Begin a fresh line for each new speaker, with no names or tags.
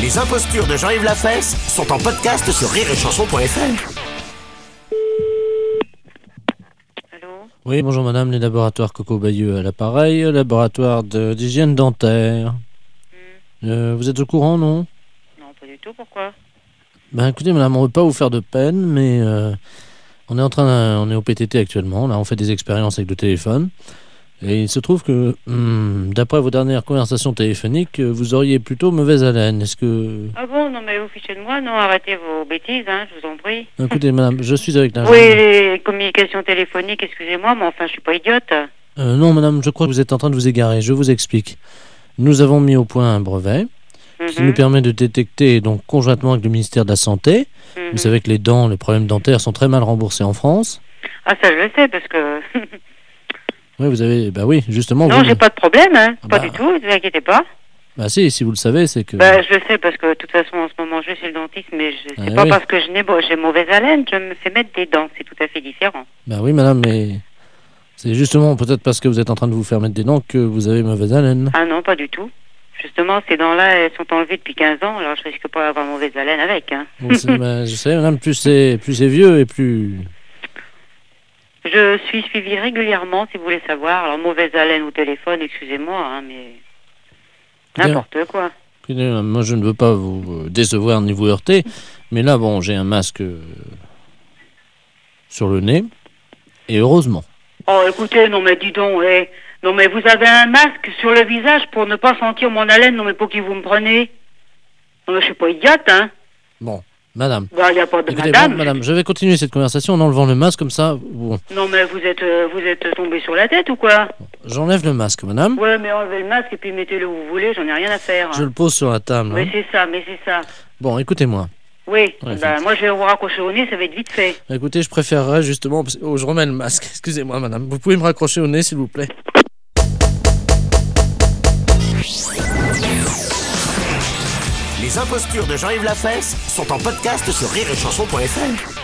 Les impostures de Jean-Yves Lafesse sont en podcast sur rireetchanson.fr.
Allô
Oui, bonjour madame, les laboratoires Coco Bayeux à l'appareil, laboratoire de- d'hygiène dentaire. Euh, vous êtes au courant, non
Non, pas du tout, pourquoi
Ben écoutez madame, on veut pas vous faire de peine, mais euh, on est en train, d'un- on est au PTT actuellement, là on fait des expériences avec le téléphone. Et il se trouve que, hum, d'après vos dernières conversations téléphoniques, euh, vous auriez plutôt mauvaise haleine. Est-ce que...
Ah bon, non, mais vous fichez de moi, non, arrêtez vos bêtises, hein, je vous en prie.
Écoutez madame, Ah, je suis avec la...
Oui, les communications téléphoniques, excusez-moi, mais enfin, je suis pas idiote.
Euh, non, madame, je crois que vous êtes en train de vous égarer. Je vous explique. Nous avons mis au point un brevet qui
Mhm,
nous permet de détecter, donc conjointement avec le ministère de la Santé,
mhm.
vous savez que les dents, les problèmes dentaires sont très mal remboursés en France.
Ah, ça, je le sais, parce que...
Oui, vous avez, bah oui, justement,
non,
vous-
j'ai pas de problème, hein,
Ah bah.
pas du tout, ne vous inquiétez pas.
Bah si, si vous le savez, c'est que.
Bah, je le sais, parce que, de toute façon, en ce moment, je suis chez le dentiste, mais je... c'est
Ah
pas
oui.
parce que je n'ai j'ai mauvaise haleine, je me fais mettre des dents, c'est tout à fait différent.
Bah oui, madame, mais c'est justement peut-être parce que vous êtes en train de vous faire mettre des dents que vous avez mauvaise haleine.
Ah non, pas du tout. Justement, ces dents-là, elles sont enlevées depuis 15 ans, alors je risque pas d'avoir mauvaise haleine avec, hein.
Vous savez, bah, je sais, madame, plus c'est plus c'est vieux et plus.
Je suis suivie régulièrement, si vous voulez savoir. Alors, mauvaise haleine au téléphone, excusez-moi, hein, mais.
Bien.
N'importe quoi.
Écoutez, madame, Moi, je ne veux pas vous euh, décevoir ni vous heurter, mais là, bon, j'ai un masque euh, sur le nez, et heureusement.
Oh, écoutez, non, mais dis donc, eh. Non, mais vous avez un masque sur le visage pour ne pas sentir mon haleine, non, mais pour qui vous me prenez Non, mais je suis pas idiote, hein.
Bon, madame.
Bah, il n'y a pas de
Écoutez, bon,
madame.
madame, je vais continuer cette conversation en enlevant le masque comme ça. Bon,
Non, mais vous êtes, euh, vous êtes tombé sur la tête ou quoi
j'enlève le masque, madame.
Ouais, mais enlevez le masque et puis mettez-le où vous voulez, j'en ai rien à faire.
Je le pose sur la table.
Mais
hein.
c'est ça, mais c'est ça.
Bon, écoutez-moi.
Oui,
Ouais,
bah, moi je vais vous raccrocher au nez, ça va être vite fait.
Écoutez, je préférerais justement. parce- Oh, je remets le masque. Excusez-moi, madame. Vous pouvez me raccrocher au nez, s'il vous plaît.
Les impostures de Jean-Yves Lafesse sont en podcast sur rireetchanson.fr.